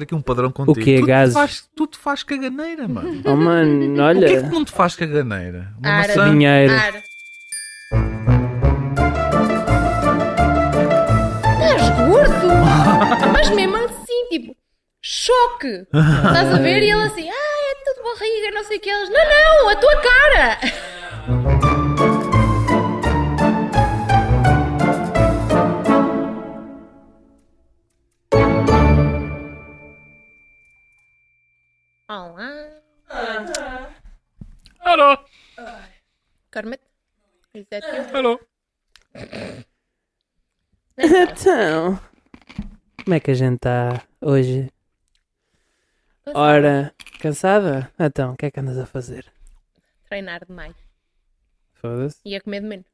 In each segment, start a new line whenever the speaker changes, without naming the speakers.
aqui um padrão contigo.
O quê,
tu, te
gases?
faz, tu te faz caganeira, mano.
Oh, mano,
O que é que
olha.
não te faz caganeira? Uma
Árabe.
maçã?
Dinheiro.
Ar. Estás gordo? Mas mesmo assim, tipo, choque. Estás a ver? E ele assim, ah, é tudo barriga, não sei o que. Eles, não, não, a tua cara. Olá.
Hello,
Kermit? Is that you?
hello.
Então. Como é que a gente está hoje? Ora, cansada? Então, o que é que andas a fazer?
Treinar demais.
Foda-se.
E a comer de menos.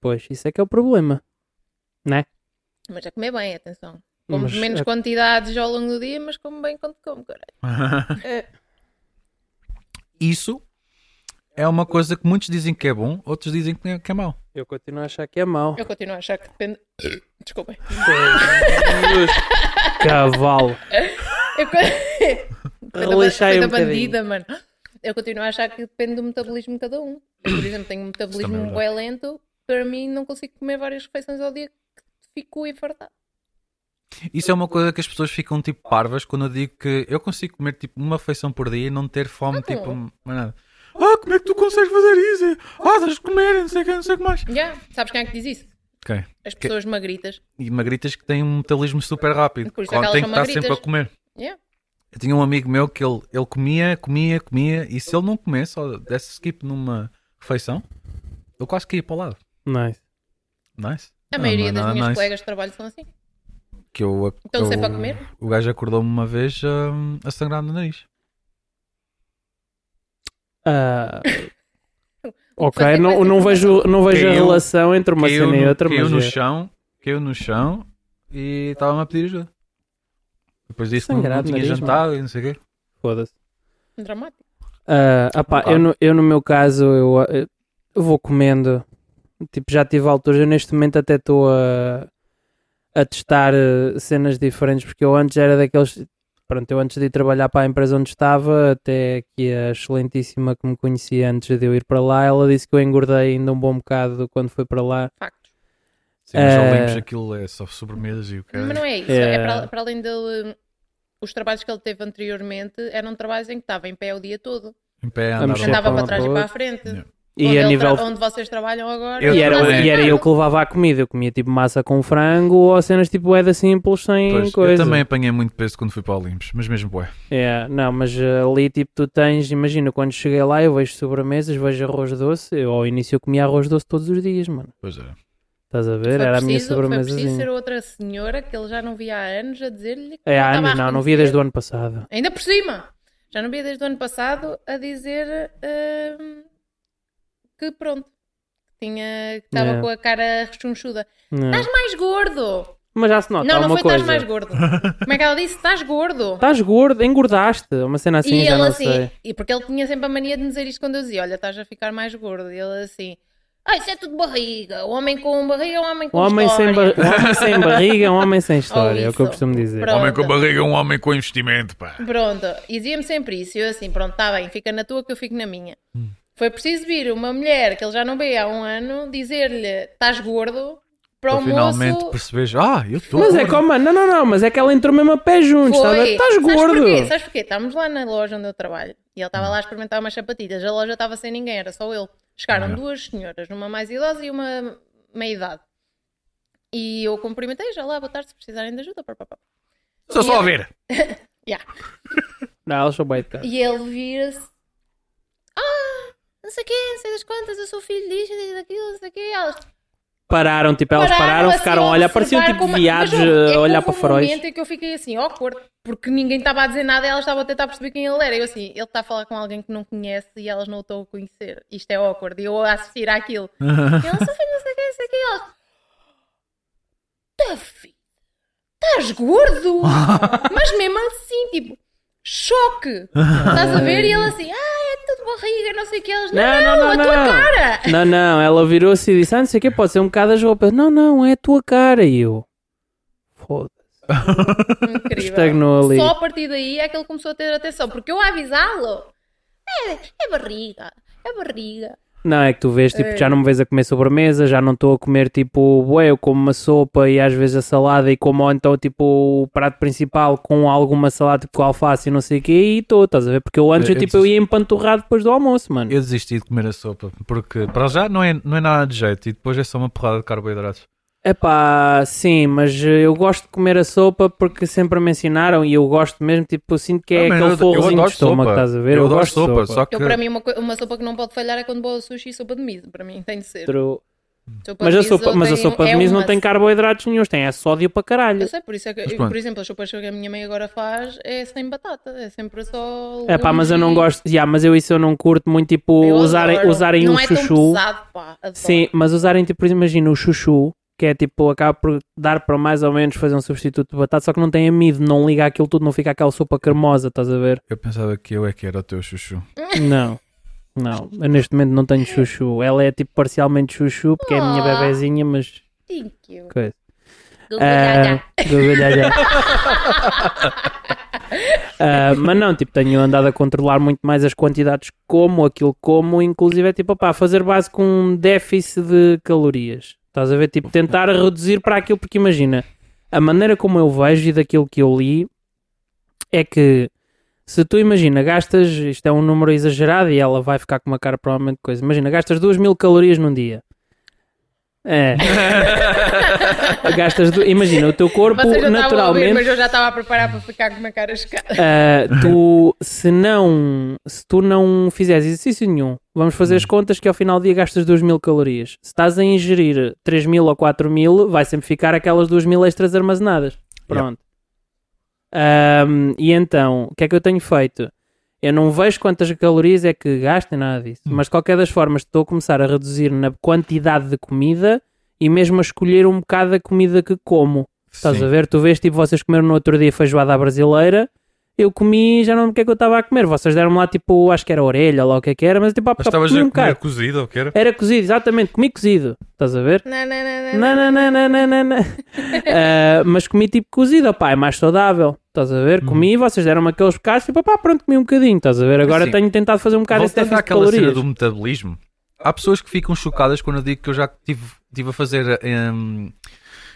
Pois, isso é que é o problema. Né?
Mas a comer bem, atenção. Como
Mas
de menos
é-
quantidades ao longo do dia, mas como bem quando como, caralho.
Isso é uma coisa que muitos dizem que é bom, outros dizem que é- que é mau.
Eu continuo a achar que é mau.
Eu continuo a achar que depende. Desculpem.
Jesus, Cavalo.
Eu... con- Foi da-
Relaxai
foi
um
da
bocadinho.
bandida, mano. Eu continuo a achar que depende do metabolismo de cada um. Eu, por exemplo, tenho
também é
um metabolismo
verdade.
bem lento, para mim não consigo comer várias refeições ao dia que fico infartado.
Isso é uma coisa que as pessoas ficam tipo parvas quando eu digo que eu consigo comer tipo uma refeição por dia e não ter fome,
Não.
tipo, mais nada. Ah, como é que tu consegues fazer isso? Ah, tens de comer, não sei o que, não sei o que mais.
Já, sabes quem é que diz isso?
Ok.
As pessoas magritas.
E magritas que têm um metabolismo super rápido.
Por isso é que
Tem
elas
que
são
estar
magritas.
sempre a comer.
Yeah.
Eu tinha um amigo meu que ele, ele comia, comia, comia e se ele não comesse ou desse skip numa refeição, eu quase caía para o lado.
Nice.
Nice.
A
Ah,
maioria
mano,
das
ah,
minhas
nice.
colegas de trabalho são assim. Então,
Que eu,
Estão
eu-
sempre a comer?
O gajo acordou-me uma vez hum, a sangrar no nariz.
Ah,
Fazer
ok, não,
coisas
não
que
vejo, não vejo a
Caiu-
relação entre uma
caiu
cena e
no-
outra,
caiu
mas
no
é.
chão, caiu no chão e estava-me a pedir ajuda. Depois disse que não, não
Sangrado
tinha
nariz, mano.
jantado e não sei o quê.
foda-se.
Dramático.
Ah, apá,
Claro.
eu, no, eu no meu caso, eu, ah, eu vou comendo. Tipo, já tive alturas. Eu neste momento até estou a, a testar ah, cenas diferentes, porque eu antes era daqueles. Pronto, eu antes de ir trabalhar para a empresa onde estava, até que a excelentíssima que me conhecia antes de eu ir para lá, ela disse que eu engordei ainda um bom bocado quando fui para lá.
Factos.
Sim, mas
Eh,
ao Olímpicos aquilo é só sobremesas e o que
Mas não é isso.
É.
É para, para além dele. Os trabalhos que ele teve anteriormente eram trabalhos em que estava em pé o dia todo.
Em pé a
Vamos
andar
Sim,
Andava
para
para
um
trás e
para
para a
outro.
frente.
Yeah.
E
onde,
a
ele tá
nível.
tra- onde vocês trabalham agora.
Eu
E era,
também.
e era eu que levava a comida, eu comia tipo massa com frango ou cenas tipo é simples sem
Pois,
coisa.
eu também apanhei muito peso quando fui para o Olímpicos, mas mesmo bué.
É, não, mas eh, ali tipo tu tens, imagina, quando cheguei lá eu vejo sobremesas, vejo arroz doce, eu ao início eu comia arroz doce todos os dias, mano.
Pois é. era.
Estás a ver?
Foi
Era a minha
preciso, foi preciso ser
sobremesazinha.
outra senhora que ele já não via há anos a dizer-lhe. que
É há
estava
anos,
a
não, não
reconhecer.
via desde o ano passado.
Ainda por cima! Já não via desde o ano passado a dizer hum, que pronto. Tinha, que estava
Yeah.
com a cara rechonchuda.
Não.
Estás mais gordo!
Mas já se nota
Não, não
alguma
foi
coisa.
estás mais gordo. Como é que ela disse? Estás gordo.
Estás gordo, engordaste, uma cena assim,
e
já
ele
não
assim,
sei.
e porque ele tinha sempre a mania de me dizer isto quando eu dizia, olha, estás a ficar mais gordo. E ele assim, ah, isso é tudo barriga. O homem com barriga é um homem
Um
com
homem, sem
história.
bar- um homem sem barriga, um homem sem história, é o que eu
isso.
costumo dizer.
Pronto.
Homem com barriga é um homem com investimento, pá.
Pronto, e dizia-me sempre isso. E eu assim, pronto, está bem, fica na tua que eu fico na minha.
Hum.
Foi preciso vir uma mulher que ele já não vê há um ano dizer-lhe, estás gordo, para
Para
o
finalmente
moço.
percebes, ah, eu estou.
Mas é como, não, não, não, mas é que ela entrou mesmo a pé juntos, estás a ver?
Foi.
Estás
Sabes porquê?
gordo.
Sabes porquê? Estávamos lá na loja onde eu trabalho e ele estava lá a experimentar umas sapatilhas. A loja estava sem ninguém, era só ele. Chegaram
Ah.
Uhum.
duas senhoras, uma mais idosa e uma meia-idade. E eu cumprimentei, já lá, boa tarde, se precisarem de ajuda. pá, pá, pá.
Estou só a ver.
Não, ela só baita.
E ele vira-se. Ah, não sei o quê, não sei das quantas, eu sou filho disto, disto, daquilo, não sei o quê. Elas
Pararam, tipo, elas pararam,
assim,
ficaram a olhar, pareciam
observar
tipo
como-
viados
Mas houve- é
a
que
olhar
houve
para
um
faróis.
momento em que eu fiquei assim, awkward, porque ninguém estava a dizer nada e elas estavam a tentar perceber quem ele era. Eu assim, ele está a falar com alguém que não conhece e elas não o estão a conhecer. Isto é awkward. E eu a assistir àquilo. Ele, sou filho, não sei o que, não sei o que. E elas, tá filho, estás gordo? Mas mesmo assim, tipo, choque. Estás a ver? E ele assim, ah, é tudo barriga, não sei o que. Elas, não, não,
Não, não,
a
não,
tua
não.
cara.
Não, não, ela virou-se e disse, ah, não sei o quê, pode ser um bocado as roupas. Não, não, é a tua cara. E eu, foda-se.
Incrível.
Estagnou ali.
Só a partir daí é que ele começou a ter atenção, porque eu a avisá-lo é, é barriga, é barriga.
Não, é que tu vês, tipo, já não me vês a comer sobremesa, já não estou a comer, tipo, bué, eu como uma sopa e às vezes a salada e como ou então, tipo, o prato principal com alguma salada, tipo, com alface e não sei o quê e estou, estás a ver? Porque eu antes,
Eu-
eu,
eu
tipo, eu ia empanturrado depois do almoço, mano.
Eu desisti de comer a sopa, porque para já não é, não é nada de jeito e depois é só uma porrada de carboidratos.
Epá, sim, mas eh, eu gosto de comer a sopa porque sempre me ensinaram e eu gosto mesmo, tipo, eu sinto que é
Ah, mas
aquele
eu- eu
forrozinho
adoro
de estômago,
sopa.
estás a ver?
Eu, adoro
gosto de
sopa, só que.
Eu, para mim, uma, co- uma sopa que não pode falhar é quando vou ao sushi e sopa de miso. Para mim, tem de ser.
Tru-
Sopa
Mas
de
a
miso
sopa, mas a
tem-
sopa de
é
miso não
uma-
tem carboidratos nenhuns, tem é sódio para caralho.
Eu sei, por isso é que,
Mas
eu-
pronto.
por exemplo, as sopas que a minha mãe agora faz é sem batata, é sempre só.
É pá, mas eu não
legumes e-
gosto, já, mas eu isso eu não curto muito, tipo,
Eu
usarem,
adoro.
usarem
não
um
é tão
chuchu.
pesado, pá, adoro.
Sim, mas usarem, tipo, por exemplo, imagina o chuchu, que é tipo, acaba por dar para mais ou menos fazer um substituto de batata, só que não tem amido, não liga aquilo tudo, não fica aquela sopa cremosa, estás a ver?
Eu pensava que eu é que era o teu chuchu.
Não. Não, eu neste momento não tenho chuchu. Ela é tipo parcialmente chuchu, porque é a minha
Ah.
bebezinha, mas
Thank you.
coisa.
Gogolhaga.
Ah, gogolhaga. Ah, mas não, tipo, tenho andado a controlar muito mais as quantidades que como, aquilo que como, inclusive é tipo, opá, fazer base com um déficit de calorias. Estás a ver? Tipo, tentar reduzir para aquilo, porque imagina, a maneira como eu vejo e daquilo que eu li é que se tu imagina, gastas, isto é um número exagerado e ela vai ficar com uma cara provavelmente de coisa, imagina, gastas 2 mil calorias num dia. É. gastas, du- imagina, o teu corpo
Vocês já estavam a ouvir,
naturalmente.
mas eu já estava a preparar para ficar com uma cara escada.
Ah, tu, se não, se tu não fizeres exercício nenhum, vamos fazer as contas que ao final do dia gastas 2 mil calorias. Se estás a ingerir 3 mil ou 4 mil, vai sempre ficar aquelas 2 mil extras armazenadas. Pronto. Ahm, e então, o que é que eu tenho feito? Eu não vejo quantas calorias é que gasto, nem nada disso. Mas de qualquer das formas, estou a começar a reduzir na quantidade de comida e mesmo a escolher um bocado a comida que como. Estás a ver? Tu vês, tipo, vocês comeram no outro dia feijoada à brasileira. Eu comi, já não lembro o que é que eu estava a comer. Vocês deram-me lá, tipo, acho que era orelha, lá o que é que era, mas tipo, há
Mas
bocado
estavas
comi
a
um
comer
bocado.
cozido ou o que era?
Era cozido, exatamente, comi cozido. Estás a ver?
Não, não, não, não.
Não, não, não, não, não, não, não. Ah, mas comi tipo cozido, opá, é mais saudável. Estás a ver? Comi
Uhum.
e vocês deram-me aqueles bocados, tipo, opá, pronto, comi um bocadinho. Estás a ver? Agora
Assim,
tenho tentado fazer um bocado esse
Voltando
déficit de
àquela cena
calorias.
do metabolismo, há pessoas que ficam chocadas quando eu digo que eu já tive, tive a fazer hum,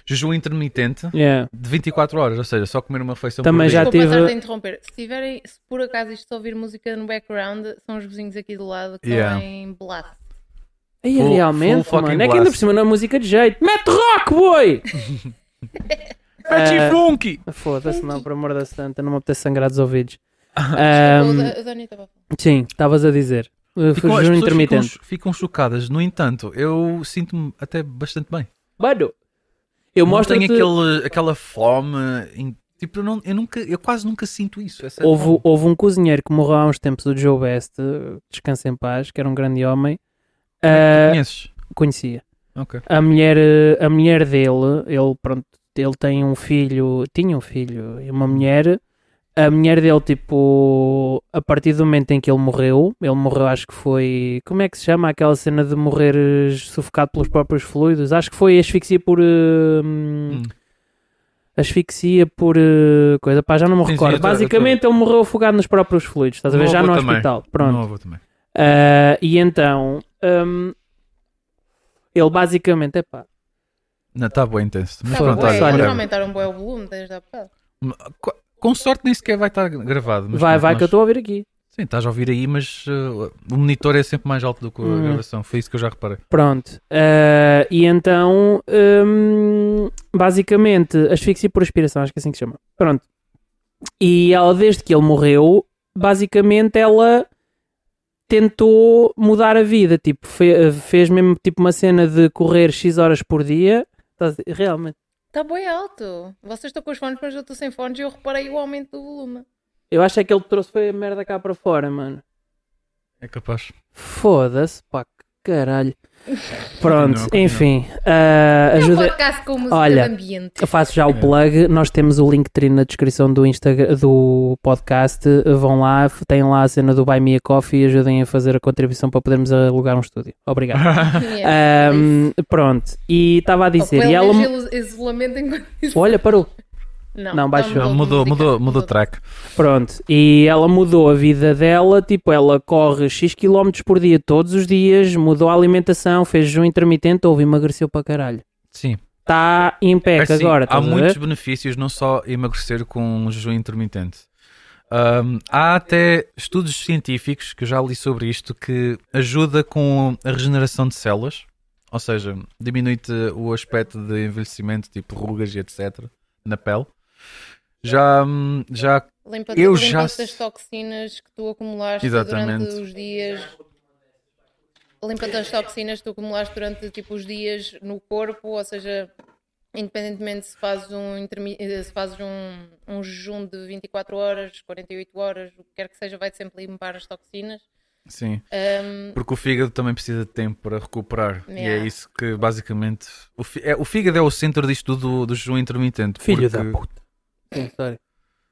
jejum intermitente
Yeah.
de 24 horas, ou seja, só comer uma refeição
Também
por
já
dia.
Desculpa
tive-
estar a interromper. Se tiverem, se por acaso isto se ouvir música no background, são os vizinhos aqui do lado que
Yeah.
estão em blast.
Aí
Full-
realmente,
full
mano,
fucking
é que ainda
blast.
por cima não é música de jeito. Mete rock, boi! eh,
Mete funky!
Foda-se, não, por amor da santa, não me apetece sangrar dos ouvidos.
Ah,
O
Ahm,
Da- o Dani estava a tá falar.
sim, estavas a dizer.
Ficam- as
Uh, Jejum
pessoas ficam,
intermitente.
cho- ficam chocadas, no entanto, eu sinto-me até bastante bem.
Mano, eu
não
mostro-te...
tenho aquele, aquela fome. em- tipo, eu, não- eu nunca, eu quase nunca sinto isso. é essa
Houve,
fome.
houve um cozinheiro que morreu há uns tempos, o Joe Best, eh, descansa em paz, que era um grande homem.
é
Ah,
Conheces?
conhecia.
Ok.
A mulher, eh, a mulher dele, ele, pronto, ele tem um filho, tinha um filho e uma mulher. A mulher dele, tipo, a partir do momento em que ele morreu, ele morreu, acho que foi. Como é que se chama aquela cena de morreres sufocado pelos próprios fluidos? Acho que foi asfixia por. eh,
Hum.
hum, asfixia por eh, coisa, pá, já não me
Sim, sim,
recordo.
eu tô- eu tô-
Basicamente, ele morreu afogado nos próprios fluidos, estás a ver?
Meu
Já no
avô também.
hospital. Pronto.
Não, eu vou também.
Ah, e então, hum, ele basicamente, epá,
Não, está bem intenso. Mas
Tá
pronto,
bué,
olha,
eles
olha,
aumentaram bué o volume desde há bocado.
co- Com sorte nem sequer vai estar gravado. mas
vai,
pronto,
vai, que eu
nós-
estou a ouvir aqui.
Sim, estás a ouvir aí, mas uh, o monitor é sempre mais alto do que a
Hum.
gravação. Foi isso que eu já reparei.
Pronto. Ah, e então, hum, basicamente, asfixia por aspiração, acho que é assim que se chama. Pronto. E ela, desde que ele morreu, basicamente ela tentou mudar a vida. Tipo, fe- fez mesmo tipo uma cena de correr X horas por dia. Estás a- Realmente.
Está bem Tá alto. Vocês estão com os fones, mas eu estou sem fones e eu reparei o aumento do volume.
Eu acho é que ele trouxe foi a merda cá para fora, mano.
É capaz.
Foda-se, pá, que caralho. Pronto,
Continua, continua.
enfim. ah,
É um
ajuda,
podcast com música
Olha,
de ambiente.
Eu faço
É.
já o plug. Nós temos o Linktree na descrição do, Instagram, do podcast. Vão lá, f- têm lá a cena do Buy Me a Coffee e ajudem a fazer a contribuição para podermos alugar um estúdio. Obrigado.
É.
Yeah,
Ahm, pronto, e estava a
Ou
dizer,
pelo
e ela
menos isolamento enquanto isso.
Olha, parou.
Não, tá
Não,
Mudou,
baixou.
de
mudou,
música.
mudou, o track.
Pronto, e ela mudou a vida dela, tipo, ela corre X quilómetros por dia, todos os dias, mudou a alimentação, fez jejum intermitente, houve, emagreceu para caralho.
Sim.
Está em pé
Assim,
agora,
há
estás a
muitos
ver?
benefícios, não só emagrecer com um jejum intermitente. Ahm, há até estudos científicos que eu já li sobre isto que ajuda com a regeneração de células, ou seja, diminui-te o aspecto de envelhecimento, tipo rugas e etc. na pele. Já, hum, já
Limpa,
Eu
eu
já
limpa
se-
as toxinas que tu acumulaste
Exatamente.
durante os dias. Limpa-te as toxinas que tu acumulaste durante tipo, os dias no corpo, ou seja, independentemente se fazes um, intermi- eh, se fazes um, um jejum de 24 horas, 48 horas, o que quer que seja, vai sempre limpar as toxinas.
Sim.
Ahm,
Porque o fígado também precisa de tempo para recuperar. E é
Yeah.
isso que basicamente. O, fí- é- o fígado é o centro disto tudo do, do jejum intermitente.
Filho
porque-
da puta. Sim, sorry.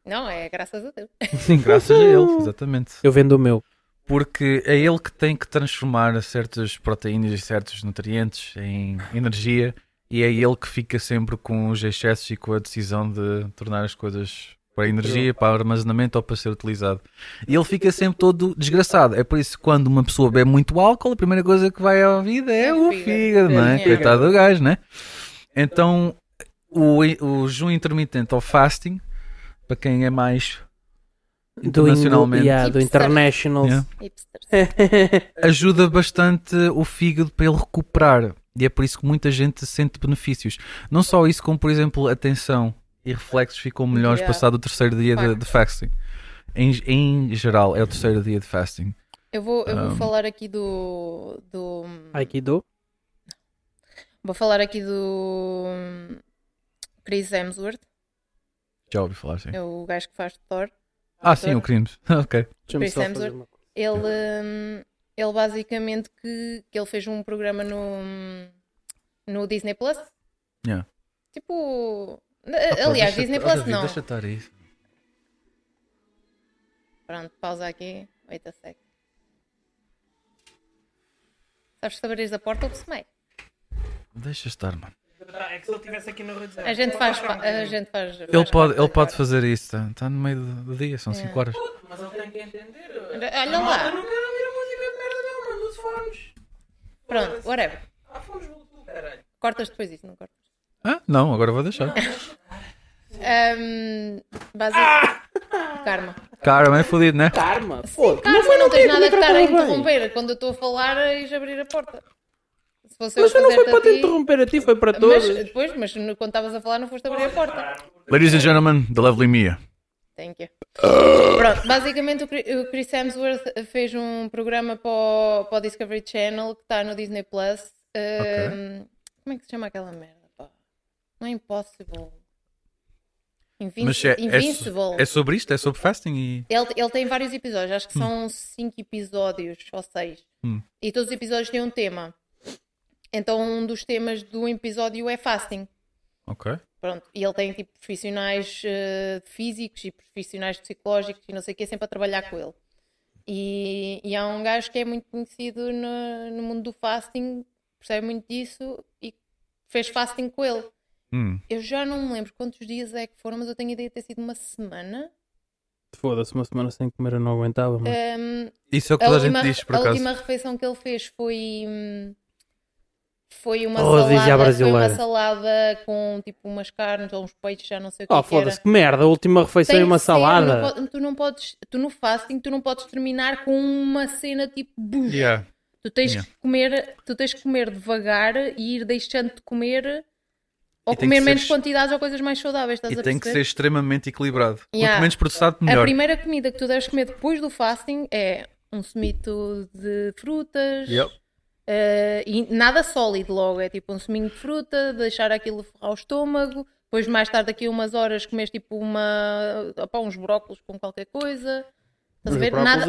não, é graças a Deus.
Sim, graças a ele, exatamente.
Eu vendo o meu.
Porque é ele que tem que transformar certas proteínas e certos nutrientes em energia e é ele que fica sempre com os excessos e com a decisão de tornar as coisas para energia, para armazenamento ou para ser utilizado. E ele fica sempre todo desgraçado. É por isso que quando uma pessoa bebe muito álcool, a primeira coisa que vai à vida é o fígado, não é?
É.
Coitado do gajo, não é? Então, o, o jejum intermitente ou fasting, para quem é mais
Do, indo,
Internacionalmente.
yeah, do International.
Yeah.
Hipsters.
ajuda bastante o fígado para ele recuperar. E é por isso que muita gente sente benefícios. Não só isso, como por exemplo, atenção e reflexos ficam melhores
Yeah.
passado o terceiro dia de, de fasting. Em, em geral, é o terceiro dia de fasting.
Eu vou, eu vou
Ahm.
falar aqui do, do
Aikido.
Vou falar aqui do hum, Chris Hemsworth,
Já ouvi falar, sim.
é o gajo que faz de Thor.
Ah, sim, o Crimes. ok.
Deixa-me
Chris
só fazer
Hemsworth.
uma coisa.
Ele, hum, ele basicamente que, que ele fez um programa no, hum, no Disney Plus.
Yeah.
Tipo.
Ah, pá,
Aliás,
deixa-
Disney
oh,
Plus
David,
não.
Deixa estar isso.
Pronto, pausa aqui. Oito a sec. Sabes que se abrires a porta, eu se meio.
Deixa estar, mano.
A gente faz. pa- A gente faz,
Ele
faz
pode,
parte
ele
da
pode
Thor.
fazer isso. Está tá no meio do do dia, são 5 horas.
Olha
Eu
lá.
não quero ouvir a música de merda não, mano, dos fones.
Pronto, whatever.
Há fones Bluetooth, caralho.
Cortas depois isso, não cortas?
Ah, não, agora vou deixar.
Um, base... Karma.
Cara, mas é fodido, né?
Karma, foda
Karma, não, tens nada a estar a interromper. Quando eu estou a falar, és abrir a porta. Se fosse
Mas
eu
eu não foi
fazer-te
para
a
te
ti-
interromper a ti, foi para todos.
Mas depois, mas no- quando estavas a falar, não foste abrir a porta.
Ladies and gentlemen, the lovely Mia.
Thank you. Pronto, basicamente o Cri- o Chris Hemsworth fez um programa para o, para o Discovery Channel que está no Disney Plus. Um, Como é que se chama aquela merda? pá? Não é Impossible. Invinci-
Mas é, é so-
Invincible.
é sobre isto, é sobre fasting e.
Ele, ele tem vários episódios, acho que são cinco episódios ou seis.
Hum.
E todos os episódios têm um tema. Então um dos temas do episódio é fasting.
Ok.
Pronto, e ele tem tipo profissionais eh, físicos e profissionais psicológicos e não sei o que, sempre a trabalhar com ele. E, e há um gajo que é muito conhecido no, no mundo do fasting, percebe muito disso e fez fasting com ele.
Hum.
Eu já não me lembro quantos dias é que foram, mas eu tenho a ideia de ter sido uma semana.
Foda-se, uma semana sem comer eu não aguentava, mano.
Ahm,
Isso é o que
A
toda a
última,
gente diz, por
a
acaso.
última refeição que ele fez foi. hum, Foi uma,
Oh, diz à
salada, foi uma
brasileira.
salada com tipo umas carnes ou uns peixes, já não sei o que,
Ah,
é
Oh,
que era.
foda-se, que merda, a última refeição
Tem
é uma
que ser, não
salada.
po- tu não podes, tu no fasting, tu não podes terminar com uma cena tipo. buf.
Yeah.
Tu tens
Yeah.
que comer, tu tens que comer devagar e ir deixando de comer ou
E tem que
comer
ser
menos
ex-
quantidades ou coisas mais saudáveis, estás
E
a
tem que ser
perceber?
extremamente equilibrado. Quanto
Yeah.
menos processado,
A
melhor.
primeira comida que tu deves comer depois do fasting é um semito de frutas.
Yep.
Eh, e nada sólido logo, é tipo um suminho de fruta, deixar aquilo ferrar o estômago, depois mais tarde aqui umas horas comes tipo uma, opá, uns brócolos com qualquer coisa. Estás a ver? Nada,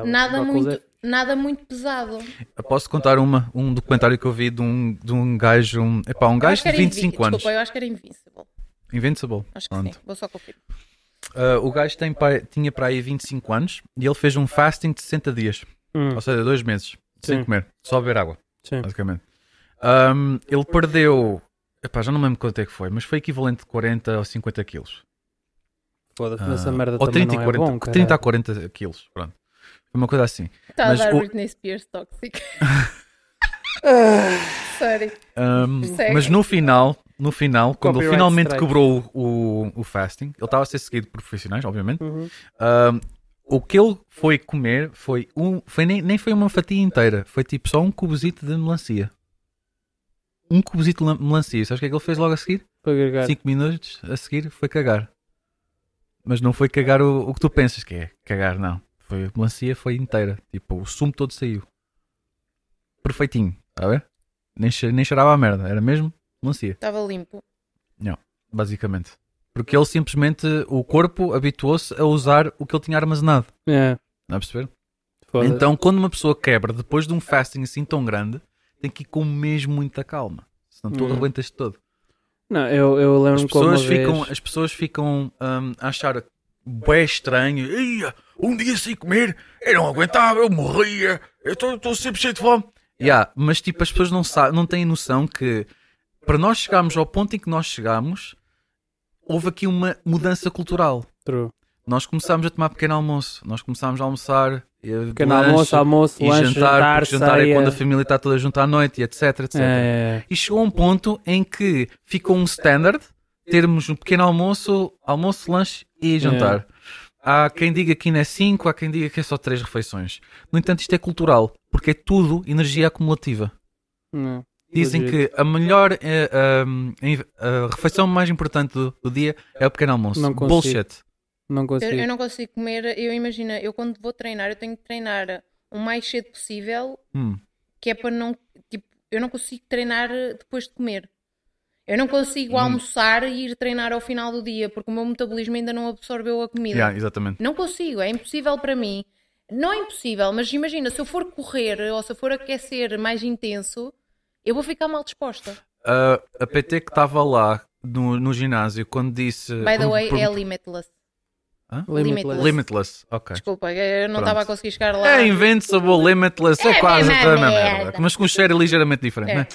é-
nada, muito, nada muito pesado.
Eu Posso contar uma, um documentário que eu vi de um, de um gajo. Um, epá, um
Eu acho
gajo
que
de
era
25
invi-
anos.
Desculpa, eu acho que era Invincible.
Invincible.
Acho que
Pronto.
sim, vou só confirmar.
Ah, o gajo tem pai- tinha para aí 25 anos e ele fez um fasting de 60 dias.
Hum,
Ou seja, dois meses. Sem
Sim.
comer. Só beber água.
sim.
basicamente. Um, Ahm, ele perdeu, epá, já não me lembro quanto é que foi, mas foi equivalente de 40 ou 50 quilos.
Foda-se,
ah,
mas essa merda
ou
também
30 e
não
40,
é bom, caralho.
30 a 40 quilos, pronto. Foi uma coisa assim.
Está a
Mas
dar
o-
Britney Spears tóxica. Sorry.
Ahm,
Segue.
mas no final, no final, quando ele
Copyright
finalmente
strike.
quebrou o, o fasting, ele estava a ser seguido por profissionais, obviamente.
Uhum.
Ahm, o que ele foi comer foi um. Foi nem, nem foi uma fatia inteira, foi tipo só um cubozito de melancia. Um cubozito de la- melancia. Sabes o que é que ele fez logo a seguir?
Foi agregar.
5 minutos a seguir foi cagar. Mas não foi cagar o, o que tu pensas que é cagar, não. Foi, a melancia foi inteira. Tipo, o sumo todo saiu. Perfeitinho, está a ver? Nem, che- nem cheirava a merda, era mesmo melancia,
Estava limpo.
basicamente. Porque ele simplesmente, o corpo habituou-se a usar o que ele tinha armazenado.
É,
Está a perceber?
foda-se.
Então, quando uma pessoa quebra depois de um fasting assim tão grande, tem que ir com mesmo muita calma. Senão tu
Hum.
arrebentas de todo.
Não, eu, eu
As
lembro-me como uma
pessoas,
vez...
ficam, as pessoas ficam hum, a achar bem estranho. Ia, um dia sem comer, eu não aguentava, eu morria, eu estou sempre cheio de fome. Yeah, mas tipo, as pessoas não, sa- não têm noção que para nós chegarmos ao ponto em que nós chegamos, houve aqui uma mudança cultural.
True.
Nós começámos a tomar pequeno almoço, nós começámos a almoçar. eh,
Pequeno
lanche,
almoço, almoço,
e jantar,
lanche, jantar,
porque jantar é
ceia.
quando a família está toda junto à noite, e etc, etc.
É, é,
E chegou um ponto em que ficou um standard termos um pequeno almoço, almoço, lanche e jantar. Há quem diga que ainda é 5, há quem diga que é só três refeições. No entanto, isto é cultural, porque é tudo energia acumulativa.
é. Não,
Dizem
legit.
que a melhor, eh, ahm, em- a, refeição mais importante do, do dia é o pequeno almoço.
Não consigo.
Bullshit.
Não
Eu,
consigo.
eu não consigo comer. Eu imagino, eu quando vou treinar, eu tenho que treinar o mais cedo possível,
Hum.
que é para não. Tipo, eu não consigo treinar depois de comer. Eu não
Uhum.
consigo almoçar e ir treinar ao final do dia, porque o meu metabolismo ainda não absorveu a comida.
Yeah, exatamente.
Não consigo, é impossível para mim. Não é impossível, mas imagina, se eu for correr ou se eu for aquecer mais intenso, eu vou ficar mal disposta.
A, a PT que estava lá no, no ginásio quando disse. um
By the
quando
way, é
perguntou-
limitless.
Limitless.
Limitless. Ok.
Desculpa, eu não
Pronto.
estava a conseguir chegar lá.
É Invincible, Limitless, é,
É a
quase a
mesma
mesma merda.
merda.
Mas com um cheiro ligeiramente diferente,
É.
né?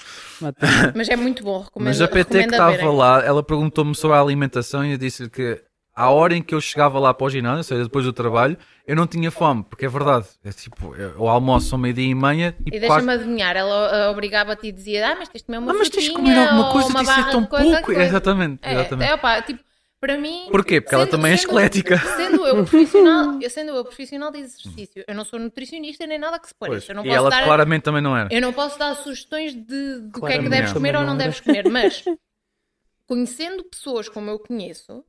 Mata-
Mas é muito bom, recomendo.
Mas a PT que
recomendo
estava
verem.
lá, ela perguntou-me sobre a alimentação e eu disse-lhe que à hora em que eu chegava lá para o ginásio, ou seja, depois do trabalho, eu não tinha fome, porque é verdade. É tipo, eu eu almoço ao meio-dia e meia e,
E
quase...
deixa-me adivinhar, ela ah, obrigava-te e dizia: Ah, mas tens de comer uma
Ah, mas tens de
frutinha
comer alguma
ou
coisa,
uma
tens de ser
barra
tão
de coisa,
pouco.
coisa."
Exatamente,
É,
exatamente.
É, opá, tipo, para mim.
Porquê? Porque ela também é esquelética.
Sendo eu profissional, eu sendo eu profissional de exercício, eu não sou nutricionista nem nada que se
Pois,
pareça. Eu não
e
posso
ela
dar,
claramente também não era.
eu não posso dar sugestões de, do que é que
Claramente.
deves comer ou não
Também não
deves comer, mas conhecendo pessoas como eu conheço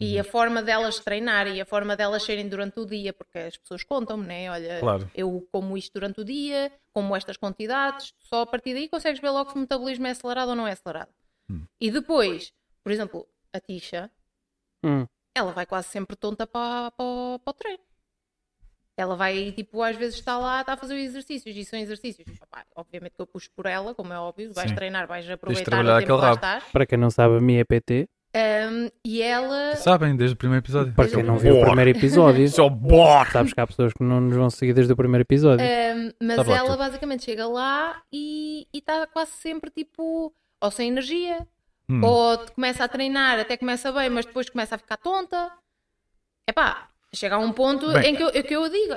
e
Uhum.
a forma delas treinarem e a forma delas serem durante o dia, porque as pessoas contam-me, né? Olha,
Claro.
eu como isto durante o dia, como estas quantidades, só a partir daí consegues ver logo se o metabolismo é acelerado ou não é acelerado.
Hum.
E depois, por exemplo, a Tisha,
Hum.
ela vai quase sempre tonta para, para, para o treino. Ela vai, tipo, às vezes está lá, está a fazer exercícios e são exercícios. Opá, obviamente que eu puxo por ela, como é óbvio, vais
Sim.
treinar, vais aproveitar
trabalhar
o tempo que
aquele
lá
rabo.
estás.
Para quem não sabe, a minha é PT.
Ahm, e ela.
Sabem, desde o primeiro episódio.
Para quem não viu o
Bora.
primeiro episódio,
Só bora!
sabes que há pessoas que não nos vão seguir desde o primeiro episódio.
Ahm, mas
Sabe lá
ela
tudo.
basicamente chega lá e e está quase sempre tipo ou sem energia,
Hum.
ou te começa a treinar, até começa bem, mas depois começa a ficar tonta. Epá, chega a um ponto
Bem.
em que eu, que eu digo,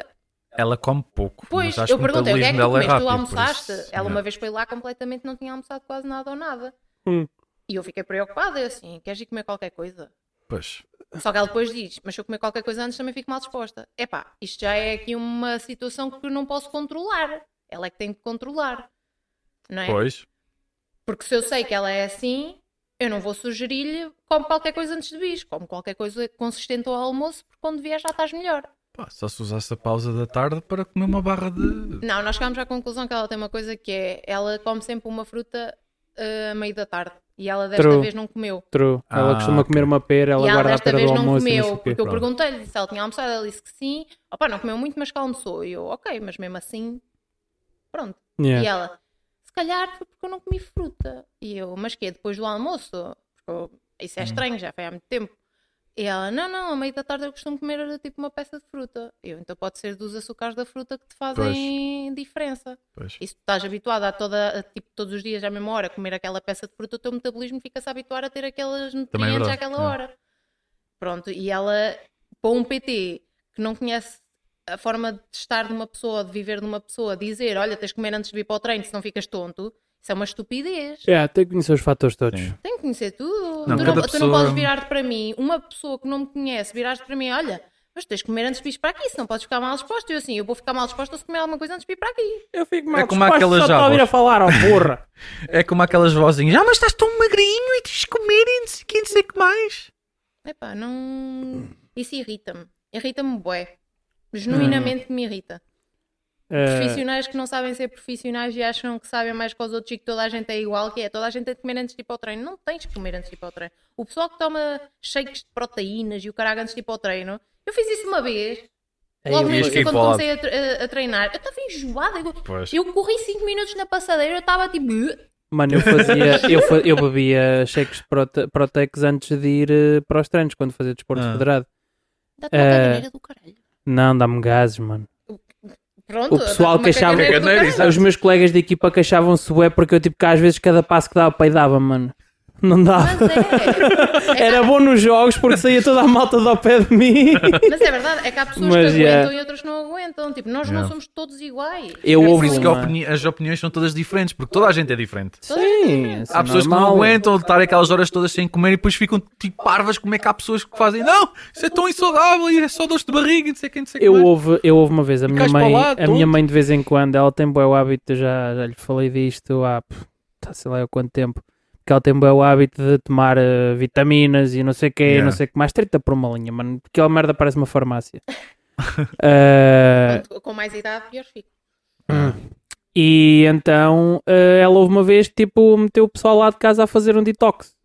Ela come pouco.
pois,
mas acho
eu
que o
perguntei, o que é que tu
metabolismo
comeste?
dela é
tu
rápido, por
almoçaste?
isso, né?
Ela
yeah.
uma vez foi lá completamente, não tinha almoçado quase nada ou nada.
Hum.
E eu fiquei preocupada, eu assim, queres ir comer qualquer coisa?
Pois.
Só que ela depois diz, mas se eu comer qualquer coisa antes também fico mal disposta. Epá, isto já é aqui uma situação que eu não posso controlar. Ela é que tem que controlar. Não é?
Pois.
Porque se eu sei que ela é assim, eu não vou sugerir-lhe come qualquer coisa antes de bis, come qualquer coisa consistente ao almoço, porque quando vier já estás melhor.
Pá, só se usasse a pausa da tarde para comer uma barra de.
Não, nós chegámos à conclusão que ela tem uma coisa que é, ela come sempre uma fruta eh, a meio da tarde. E ela desta
True.
vez não comeu.
True. Ela
Ah,
costuma
ok.
comer uma pera, ela
e ela
guarda a
desta
pera
vez
do
não
almoço e não sei
comeu,
o quê.
porque eu
Pronto.
perguntei-lhe se ela tinha almoçado, ela disse que sim. Opa, não comeu muito, mas que almoçou. E eu, ok, mas mesmo assim, pronto. E
Yeah.
ela, se calhar foi porque eu não comi fruta. E eu, mas quê? Depois do almoço? Porque eu- isso é
Uhum.
estranho, já foi há muito tempo. E ela, não, não, a meio da tarde eu costumo comer tipo uma peça de fruta. E Eu, então pode ser dos açúcares da fruta que te fazem diferença.
Pois.
E se tu estás habituado a toda, a, tipo, todos os dias à mesma hora comer aquela peça de fruta, o teu metabolismo fica-se a habituar a ter aqueles
é
nutrientes
verdade,
àquela
é.
hora. Pronto, e ela, para um PT que não conhece a forma de estar de uma pessoa, de viver de uma pessoa, dizer, olha, tens de comer antes de vir para o treino, senão ficas tonto, isso é uma estupidez.
Yeah, tem que conhecer os fatores todos.
Sim.
Tem que conhecer tudo.
Não,
tu,
cada
não, tu não
pessoa-
podes virar-te para mim, uma pessoa que não me conhece, virar-te para mim, olha, mas tens de comer antes de vir para aqui, senão podes ficar mal disposta. Eu assim, eu vou ficar mal disposta se comer alguma coisa antes de vir para aqui.
Eu fico mal
É como
disposto
aquelas
só de
javas.
ouvir a falar, ó porra.
É como aquelas vozinhas, ah, mas estás tão magrinho e tens de comer e não sei o que, não sei o que mais.
Epá,
Hum.
não. Isso irrita-me. Irrita-me bué. Genuinamente
Hum.
me irrita.
Eh,
Profissionais que não sabem ser profissionais e acham que sabem mais que os outros e que toda a gente é igual, que é toda a gente tem de comer antes de ir para o treino. Não tens de comer antes de ir para o treino. O pessoal que toma shakes de proteínas e o caralho antes de ir para o treino, eu fiz isso uma vez.
É,
Logo no
Diz que
início, quando
pode.
comecei a, tre- a- a treinar, eu estava enjoada. Eu,
Pois.
eu corri 5 minutos na passadeira, eu estava tipo. "Bleh".
Mano, eu fazia, eu, fa- eu bebia shakes de prote proteicos antes de ir eh, para os treinos, quando fazia desporto
Ah.
federado.
Dá-te uma
Eh,
caganeira do caralho.
Não, dá-me gases, mano.
Pronto,
o pessoal
dá-te uma
que achava-
caganeira do
Caganeira,
caralho.
Os meus colegas de equipa queixavam-se bué porque eu, tipo, que às vezes cada passo que dava, peidava, mano. Não dava.
Mas é. é
Era bom nos jogos porque saía toda a malta do pé de mim.
que- mas é verdade, é que há pessoas
Mas,
que
yeah.
aguentam e outras que não aguentam. Tipo, nós
Yeah.
não somos todos iguais.
Eu
Não
ouvi
Por isso que a
Uma.
opini- as opiniões são todas diferentes, porque toda a gente é diferente.
Sim, é
Há pessoas que não aguentam de estar aquelas horas todas sem comer e depois ficam tipo parvas como é que há pessoas que fazem não, isso é tão insaudável e é só dores de barriga e não sei quem, não sei o que
Eu
mais."
houve, eu houve uma vez, a minha
cais para
mãe,
lá,
a minha
tonto.
mãe de vez em quando, ela tem bué o hábito, eu já, já lhe falei disto há, pff, tá, sei lá há quanto tempo, que ela tem bué o hábito de tomar eh, vitaminas e não sei o que,
Yeah.
não sei o que mais, 30 por uma linha, mano, aquela merda parece uma farmácia. Eh,
Quanto- com mais idade, pior fico.
e então eh, ela houve uma vez, tipo, meteu o pessoal lá de casa a fazer um detox.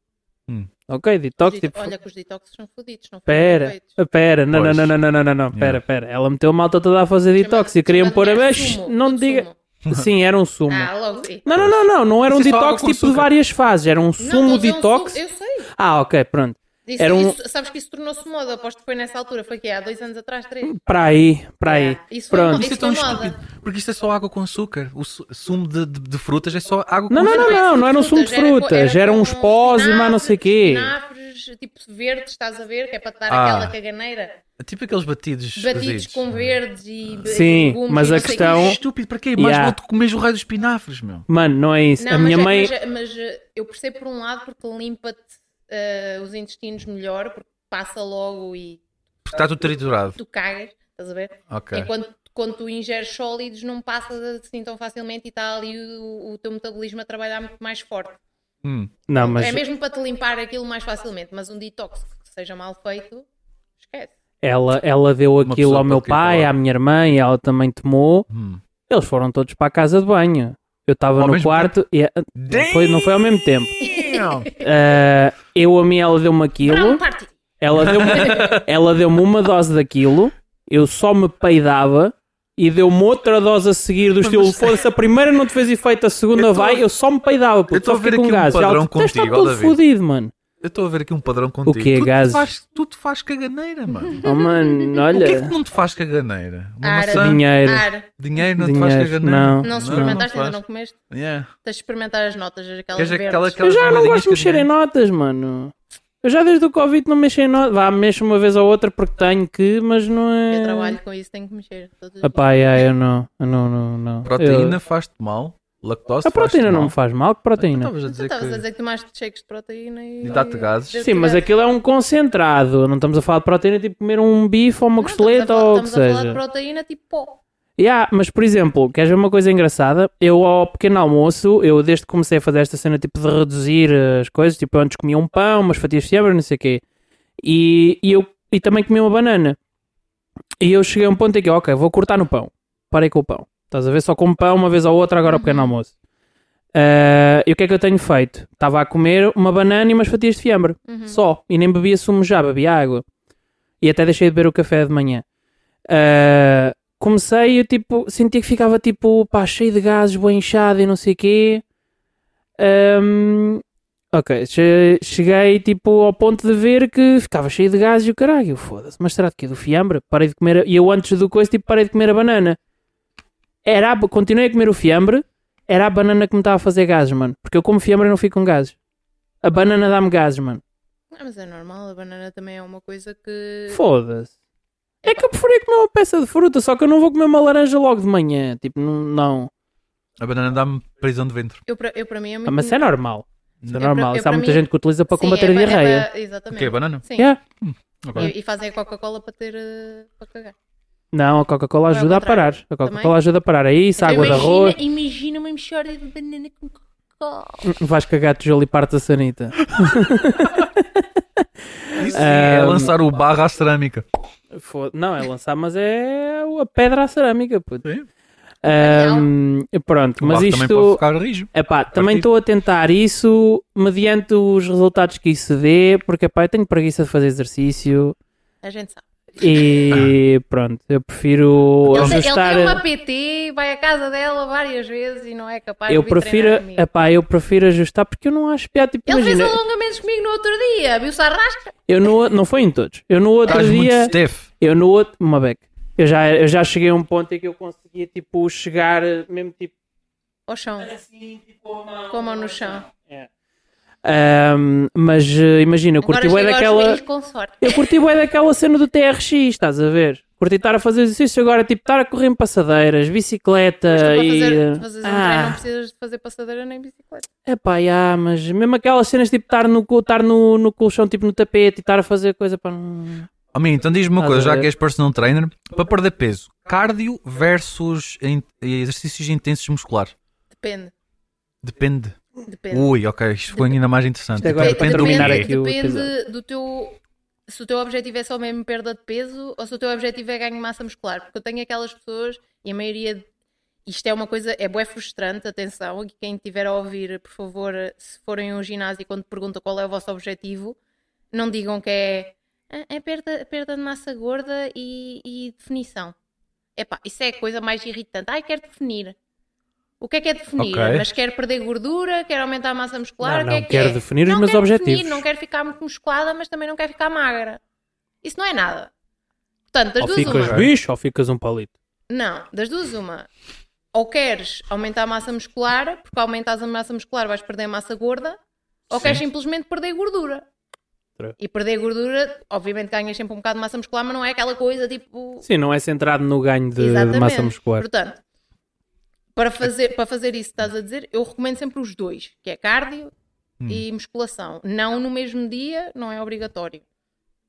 Hum.
Ok,
Os
detox,
dito-
tipo,
Olha que os detoxes são fodidos, não foram
Pera, eh,
feitos.
pera, não, não,
Pois.
não, não, não, não, não, não, pera, pera. Ela meteu a malta toda a fazer detox e
Chamado-
queriam
chamado
pôr a.
é
Mas,
sumo,
não
tudo
diga.
sumo.
Sim, era um sumo.
Ah, logo vi.
Não, não, não, não, não era um
Isso é só água
detox
com
tipo de
açúcar.
várias fases, era um
Não,
sumo
todos é um
detox.
sumo, Eu sei.
Ah, ok, pronto.
Isso-
Era um-
isso- sabes que isso tornou-se moda, aposto que foi nessa altura, foi que é, há dois anos atrás, três.
Para aí, para aí.
Ah, isso foi
Pronto.
uma-
Isso é
Isso
tão
é moda.
estúpido, porque isso é só água com açúcar. O su- sumo de, de- de frutas é só água
Não,
com
não, não,
açúcar.
não, não era um sumo de
co-
frutas, era
com
uns pós e mais não sei o quê.
espinafres, tipo verdes, estás a ver? Que é para te dar
Ah.
aquela caganeira.
Tipo aqueles batidos.
Batidos
cozidos.
com verdes
é.
e. be-
Sim,
legumes
mas
e
a
não sei o quê.
questão-
Estúpido, para quê? Mais
Yeah.
vou-te comer o raio dos espinafres, meu.
Mano, não é isso.
Não,
a minha
mas, é-
mãe.
mas é- mas, eh, eu percebo por um lado porque limpa-te eh, os intestinos melhor, porque passa logo e
Porque está tudo triturado.
tu cagas, estás a ver?
Ok.
Enquanto quando tu ingeres sólidos não passa assim tão facilmente e está ali o, o teu metabolismo a trabalhar muito mais forte.
Hum.
Não, mas
É mesmo para te limpar aquilo mais facilmente, mas um detox que seja mal feito, esquece.
ela, ela deu aquilo
pessoa
ao meu
pode querer
pai,
falar.
à minha irmã, e ela também tomou.
Hum.
Eles foram todos para a casa de banho. Eu estava
Ao
no
mesmo
quarto e não foi, não foi ao mesmo tempo.
Damn!
Ah, eu a mim ela deu-me aquilo.
Brown Party.
Ela deu-me ela deu uma dose daquilo, eu só me peidava e deu-me outra dose a seguir do estilo, foda-se, a primeira não te fez efeito, a segunda
Eu tô a-
vai, eu só me peidava, puto,
Eu tô
só
a ver
fiquei com
aqui um
gás.
padrão
Ela, tu estás
contigo, ó,
todo
David.
fodido, mano.
Eu estou a ver aqui um padrão contigo.
quê?
Tu te
Gases?
faz- Tu te faz caganeira, mano.
Oh, mano,
O que Ah, é que
olha,
não te faz caganeira? Uma
Árabe.
maçã?
dinheiro.
Ar,
Dinheiro não te faz
Dinheiro,
caganeira?
não.
não se experimentaste,
não
ainda não
faz.
comeste?
Yeah.
Tens de experimentar as notas, aquelas
Queres
verdes.
aquela-
Eu
aquelas
já não
moedinhas
gosto de
que
mexer em
dinheiro?
notas, mano. Eu já desde o Covid não mexo em notas. Vá, mexo uma vez ou outra porque tenho que, mas não é.
Eu trabalho com isso, tenho que mexer. todos os
Epá, ai, eu não. Eu não, não, não.
Proteína
Eu-
faz-te mal. Lactose
A proteína
faz-te
não me
mal.
faz mal, que proteína?
Estavas a
dias. Tu
dizer
estavas a
que...
dizer que tomaste shakes de proteína e.
E dá-te gases.
Deu-te
Sim, mas
gases.
aquilo é um concentrado. Não estamos a falar de proteína tipo comer um bife ou uma
Não,
costeleta
estamos a
ou o
falar-
que
Estamos a falar de
seja.
proteína tipo pó.
Yeah, mas, por exemplo, queres ver uma coisa engraçada? Eu, ao pequeno almoço, eu desde que comecei a fazer esta cena tipo de reduzir as coisas, tipo, eu antes comia um pão, umas fatias de fiambre, não sei o quê. E, e eu e também comia uma banana. E eu cheguei a um ponto em que, ok, vou cortar no pão. Parei com o pão. Estás a ver? Só com um pão uma vez ou outra, agora ao pequeno almoço. Ah, e o que é que eu tenho feito? Estava a comer uma banana e umas fatias de fiambre. Só. E nem bebia sumo já, bebia água. E até deixei de beber o café de manhã. Ah, comecei, eu tipo, sentia que ficava tipo, pá, cheio de gases, bem inchado e não sei o quê. Ahm, ok, che- cheguei tipo ao ponto de ver que ficava cheio de gases e o caralho, foda-se, mas será de quê? Do fiambre? Parei de comer, a- e eu antes do coisa, tipo, parei de comer a banana. Era a... Continuei a comer o fiambre, era a banana que me estava a fazer gases, mano. Porque eu como fiambre e não fico com gases. A banana dá-me gases, mano.
Ah, mas é normal, a banana também é uma coisa que.
Foda-se. É que eu preferia comer uma peça de fruta, só que eu não vou comer uma laranja logo de manhã. Tipo, não. não.
A banana dá-me prisão de ventre.
Eu, para eu, para mim é muito.
Ah, mas é normal. Isso é
Eu
normal.
pra- eu
Isso há
pra
muita
mim-
gente que utiliza para
Sim,
combater
é
a
pa- é pa-
diarreia.
O
exatamente.
quê? Banana?
Sim.
Yeah.
Ok.
E, e fazem a Coca-Cola para ter. eh, para cagar.
Não, a Coca-Cola
Ou é o
ajuda a parar.
contrário,
A
também?
Coca-Cola ajuda a parar. É isso,
Então
água de
imagina,
arroz.
Imagina uma mexória de banana com Coca-Cola.
Vais cagar tijolo e parte a sanita.
Isso sim, é
Ahm.
lançar o barro à cerâmica.
Foda- Não, é lançar, mas é a pedra à cerâmica, puto.
Sim.
Ahm, pronto,
O
mas
barro também pode
isto.
ficar rijo.
Epá, também
Partido.
estou a tentar isso mediante os resultados que isso dê, porque epá, eu tenho preguiça de fazer exercício
A gente sabe.
e pronto, eu prefiro
Ele, tem- ele
ajustar.
tem uma PT, vai à casa dela várias vezes e não é capaz
Eu
de vir treinar
prefiro,
comigo.
epá, eu prefiro ajustar porque eu não acho piada. Tipo,
Ele fez
imagina,
alongamentos comigo no outro dia, viu-se a rasca?
eu no, não foi em todos. Eu no outro
Estás muito
dia,
stiff.
eu no outro, uma beca. Eu já, eu já cheguei a um ponto em que eu conseguia tipo chegar eh, mesmo tipo
Ao chão,
assim, tipo a mão.
com a mão no chão.
Ahm, mas eh, imagina, eu curti
Agora
bué
chega aos
daquela.
joelhos com sorte.
Eu curti bem daquela cena do TRX, estás a ver? Curti estar a fazer exercício agora, tipo, estar a correr em passadeiras, bicicleta
Mas tu para
Ah, e.
fazer, para fazeres um treino não
ah,
precisas de fazer passadeira nem bicicleta.
epá, já, mas mesmo aquelas cenas, tipo, estar no, co- estar no, no colchão, tipo, no tapete e estar a fazer coisa para não.
A mim, então diz-me uma
Estás
coisa,
a
já
ver?
que és personal trainer, para perder peso, cardio versus in- exercícios intensos musculares.
Depende,
Depende.
depende.
Ui, ok, isto ficou ainda mais interessante.
Isto agora
Então,
para
depende do
terminar
quê?
aqui o
depende
episódio.
do teu. Se o teu objetivo é só mesmo perda de peso ou se o teu objetivo é ganho massa muscular. Porque eu tenho aquelas pessoas e a maioria. de- Isto é uma coisa. É bué frustrante, atenção. E quem estiver a ouvir, por favor, se forem a um ginásio e quando perguntam qual é o vosso objetivo, não digam que é. "Ah, É perda, perda de massa gorda e, e definição. Epá, isso é a coisa mais irritante. Ai, quero definir. O que é que é definir?
Ok.
Mas quero perder gordura, quero aumentar a massa
Não,
muscular, o que é
não,
que
quero
é?
definir os
não
meus
quero
objetivos.
Definir, não quero ficar muito musculada, mas também não quero ficar magra. Isso não é nada. Portanto, das
Ou
duas
ficas
uma.
bicho ou ficas um palito.
Não, das duas uma. Ou queres aumentar a massa muscular, porque aumentas a massa muscular vais perder a massa gorda, ou queres simplesmente perder gordura.
True.
E perder gordura, obviamente ganhas sempre um bocado de massa muscular, mas não é aquela coisa tipo
Sim, não é centrado no ganho de, de massa muscular.
Portanto, para fazer, para fazer isso que estás a dizer, eu recomendo sempre os dois, que é cardio
Hum.
e musculação. Não no mesmo dia, não é obrigatório.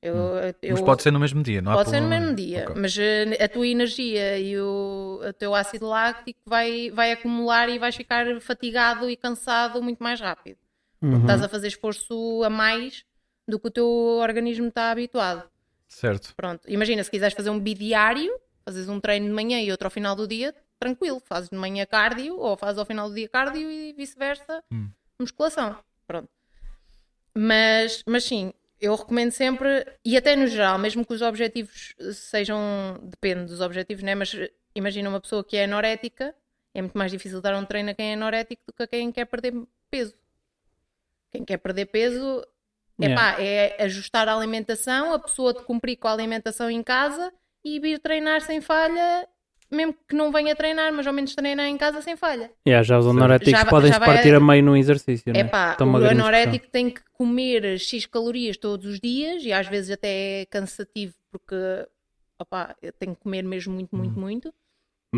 Eu,
Hum.
eu-
Mas pode ser no mesmo dia, não há
pode ser no
problema.
mesmo dia,
Ok.
mas eh, a tua energia e o, o teu ácido láctico vai, vai acumular e vais ficar fatigado e cansado muito mais rápido.
Uhum.
Estás a fazer esforço a mais do que o teu organismo está habituado.
Certo.
Pronto, imagina, se quiseres fazer um bidiário, fazes um treino de manhã e outro ao final do dia, tranquilo, fazes de manhã cardio ou fazes ao final do dia cardio e vice-versa,
Hum.
musculação. Pronto. Mas, mas sim, eu recomendo sempre, e até no geral, mesmo que os objetivos sejam, depende dos objetivos, né? mas eh, imagina uma pessoa que é anorética, é muito mais difícil dar um treino a quem é anorético do que a quem quer perder peso. Quem quer perder peso
Yeah.
Epá, é ajustar a alimentação, a pessoa de cumprir com a alimentação em casa e vir treinar sem falha, mesmo que não venha treinar, mas ao menos treinar em casa sem falha.
Yeah, já os anoréticos
Já-
podem
já
se
vai-
partir a meio no exercício, né?
Epá,
Estão
o
uma grande
anorético tem que comer X calorias todos os dias e às vezes até é cansativo porque opá, eu tenho que comer mesmo muito, muito,
Hum.
muito.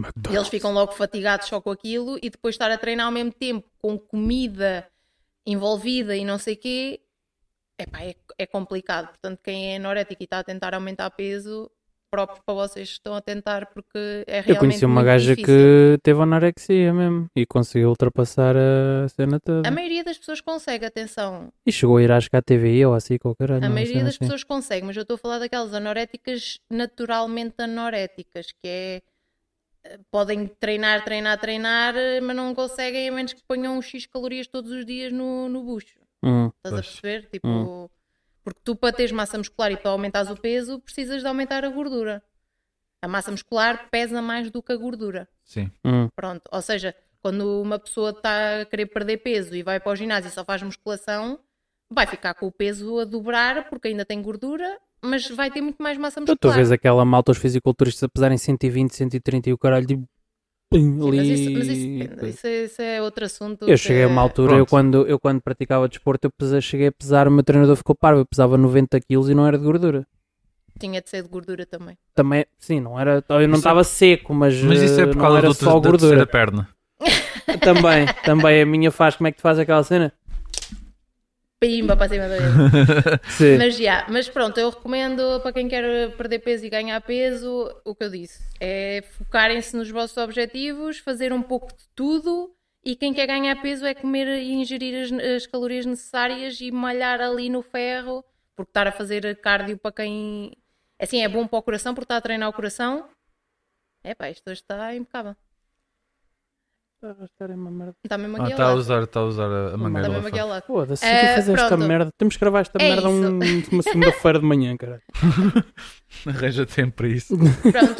discussão.
E eles ficam logo fatigados só com aquilo e depois estar a treinar ao mesmo tempo com comida envolvida e não sei quê, epá, é, é complicado. Portanto, quem é anorético e está a tentar aumentar peso, próprio para vocês que estão a tentar, porque é realmente
Eu conheci uma
muito
gaja
difícil.
que teve anorexia mesmo e conseguiu ultrapassar a cena toda.
A maioria das pessoas consegue, atenção.
E chegou a ir acho que à TVI ou assim, qualquer
A maioria das pessoas consegue, mas eu estou a falar daquelas anoréticas naturalmente anoréticas, que é eh, podem treinar, treinar, treinar, eh, mas não conseguem a menos que ponham uns X calorias todos os dias no, no bucho.
Hum,
Estás a
Pois.
perceber? Tipo, porque tu para teres massa muscular e para aumentares o peso, precisas de aumentar a gordura. A massa muscular pesa mais do que a gordura.
Sim.
hum.
Pronto, ou seja, quando uma pessoa está a querer perder peso e vai para o ginásio e só faz musculação, vai ficar com o peso a dobrar porque ainda tem gordura, mas vai ter muito mais massa
Tu,
muscular.
tu vês aquela malta, os fisiculturistas a pesarem 120, 130 e o caralho, tipo, pum, ali.
Mas isso, mas isso depende, isso é, isso é outro assunto.
Eu cheguei a uma altura, eu
Pronto.
quando, eu quando praticava desporto, eu pesa- cheguei a pesar, o meu treinador ficou parvo, eu pesava 90 kg e não era de gordura.
Tinha de ser de gordura também.
Também, sim, não era, eu não
Isso é-
estava seco, mas,
Mas isso é
eh,
por
não
causa
era
do
só
teu, da
gordura.
terceira perna.
também, também a minha faz, como é que tu faz aquela cena?
Pimba para cima da mesa.
Sim.
Mas, já, mas pronto, eu recomendo para quem quer perder peso e ganhar peso, o que eu disse, é focarem-se nos vossos objetivos, fazer um pouco de tudo e quem quer ganhar peso é comer e ingerir as, as calorias necessárias e malhar ali no ferro, porque estar a fazer cardio para quem... Assim, é bom para o coração, porque está a treinar o coração. É pá, isto hoje está impecável. Está mesmo
Ah,
aqui ao
está a
lado.
usar, está a, usar a, a manga
Está
do
mesmo aqui ao
elefante.
lado.
Foda-se,
Eh,
se tu fazes esta
pronto.
merda, temos que gravar esta
É
merda um, uma segunda-feira de manhã, cara.
Arranja tempo para isso.
Pronto,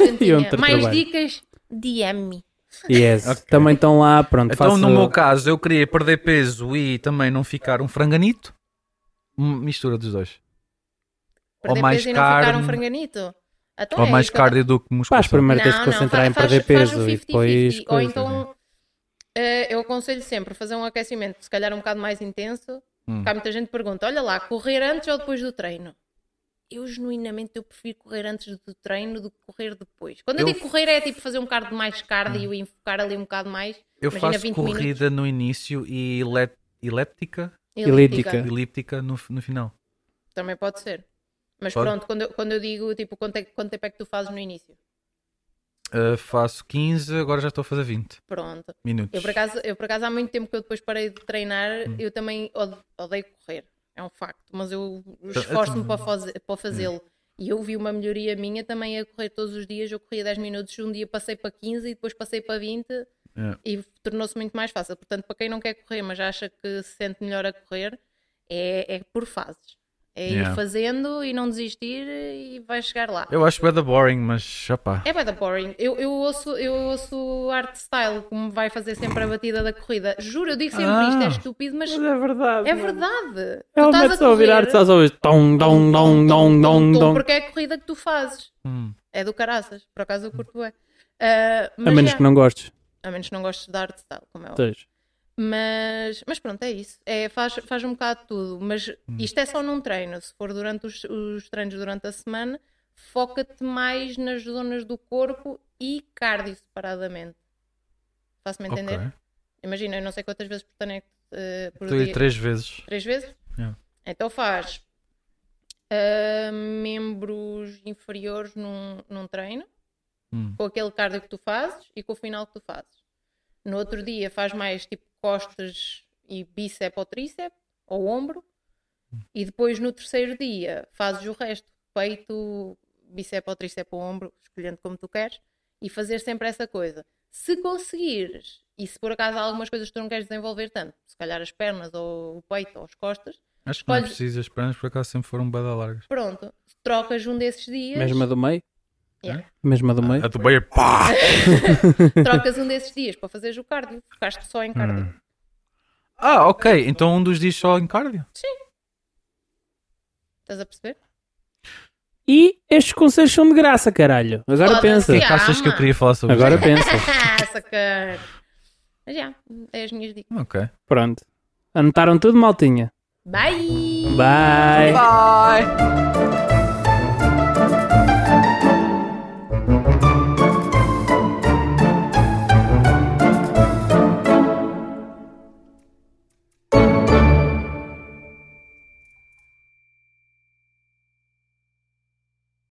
E
Santinha.
onde
Mais
trabalho.
dicas? DM-me.
Yes.
Ok.
Também estão lá, pronto,
Então,
faço...
no meu caso, eu queria perder peso e também não ficar um franganito. Hum, Mistura dos dois.
Perder
Ou mais
peso e não ficar um
carne.
franganito. Então
Ou
é
mais
isso que eu-
cardio do que
Faz
musculação.
primeiro, tens de
Não,
concentrar
não,
em
faz-
perder
faz
peso
um
e depois... é?
50-50. Ou
coisa.
então, eh, eu aconselho sempre fazer um aquecimento, se calhar um bocado mais intenso.
Hum.
Porque há muita gente que pergunta: olha lá, correr antes ou depois do treino? Eu genuinamente eu prefiro correr antes do treino do que correr depois. Quando eu,
Eu Hum.
digo correr é tipo fazer um bocado de mais cardio e enfocar ali um bocado mais.
Eu
Imagina
faço
20
corrida no início e ele- eléptica,
Elíptica.
É.
Elíptica.
elíptica no, no final.
Também pode ser. Mas
Pode.
pronto, quando eu, quando eu digo tipo quanto, é, quanto tempo é que tu fazes no início?
Uh, faço 15, agora já estou a fazer 20
Pronto.
minutos.
Eu por, acaso, eu por acaso há muito tempo que eu depois parei de treinar,
Hum.
eu também od- odeio correr, é um facto, mas eu
Então, é
esforço-me para, faze- para fazê-lo.
Hum.
E eu vi uma melhoria minha também a correr todos os dias, eu corria 10 minutos, um dia passei para 15 e depois passei para 20
É.
e tornou-se muito mais fácil. Portanto, para quem não quer correr, mas acha que se sente melhor a correr, é, é por fases. É
Yeah.
ir fazendo e não desistir e vai chegar lá.
Eu acho bad boring, mas opá.
É bué da boring. Eu, eu, ouço, eu ouço art style como vai fazer sempre a batida da corrida. Juro, eu digo sempre
Ah.
isto, é estúpido, mas
é verdade.
é verdade. Tu
Ela
estás
mete
a
só a virar,
correr,
tu estás a ouvir. Tom, dom, dom, dom, dom,
tum, tum,
dom.
Porque é a corrida que tu fazes.
Hum.
É do caraças. Por acaso eu curto bem.
A menos que não gostes.
é, a menos que não gostes de art style, como é óbvio.
Tens.
Mas, mas pronto, é isso. É, faz, faz um bocado de tudo. Mas
Hum.
isto é só num treino. Se for durante os, os treinos durante a semana, foca-te mais nas zonas do corpo e cardio separadamente. Faço-me
Ok.
entender? Imagina, eu não sei quantas vezes por, treino, eh, por
Estou aí
dia.
três vezes.
Três vezes?
Yeah.
Então faz ah, membros inferiores num, num treino,
Hum.
com aquele cardio que tu fazes e com o final que tu fazes. No outro dia faz mais tipo costas e bíceps ou tríceps, ou ombro, e depois no terceiro dia fazes o resto, peito, bíceps ou tríceps ou ombro, escolhendo como tu queres, e fazer sempre essa coisa. Se conseguires, e se por acaso há algumas coisas que tu não queres desenvolver tanto, se calhar as pernas ou o peito ou as costas,
Acho que não
Olha-
precisa, as pernas por acaso sempre foram bada largas.
pronto, trocas um desses dias,
Mesma do meio?
Yeah.
Mesma do meio?
A do meio, pá!
trocas um desses dias para fazeres o cardio, ficaste só em cardio.
Ah, ok, então um dos dias só em cardio.
Estás a perceber?
E estes conselhos são de graça, caralho. Agora
Foda-se,
pensa.
Que achas que eu
Calma.
queria falar sobre
Agora
isso?
pensa.
Ah, sacar! Mas já, é as minhas dicas.
Ok.
Pronto. Anotaram tudo, maltinha.
Bye!
Bye.
Bye!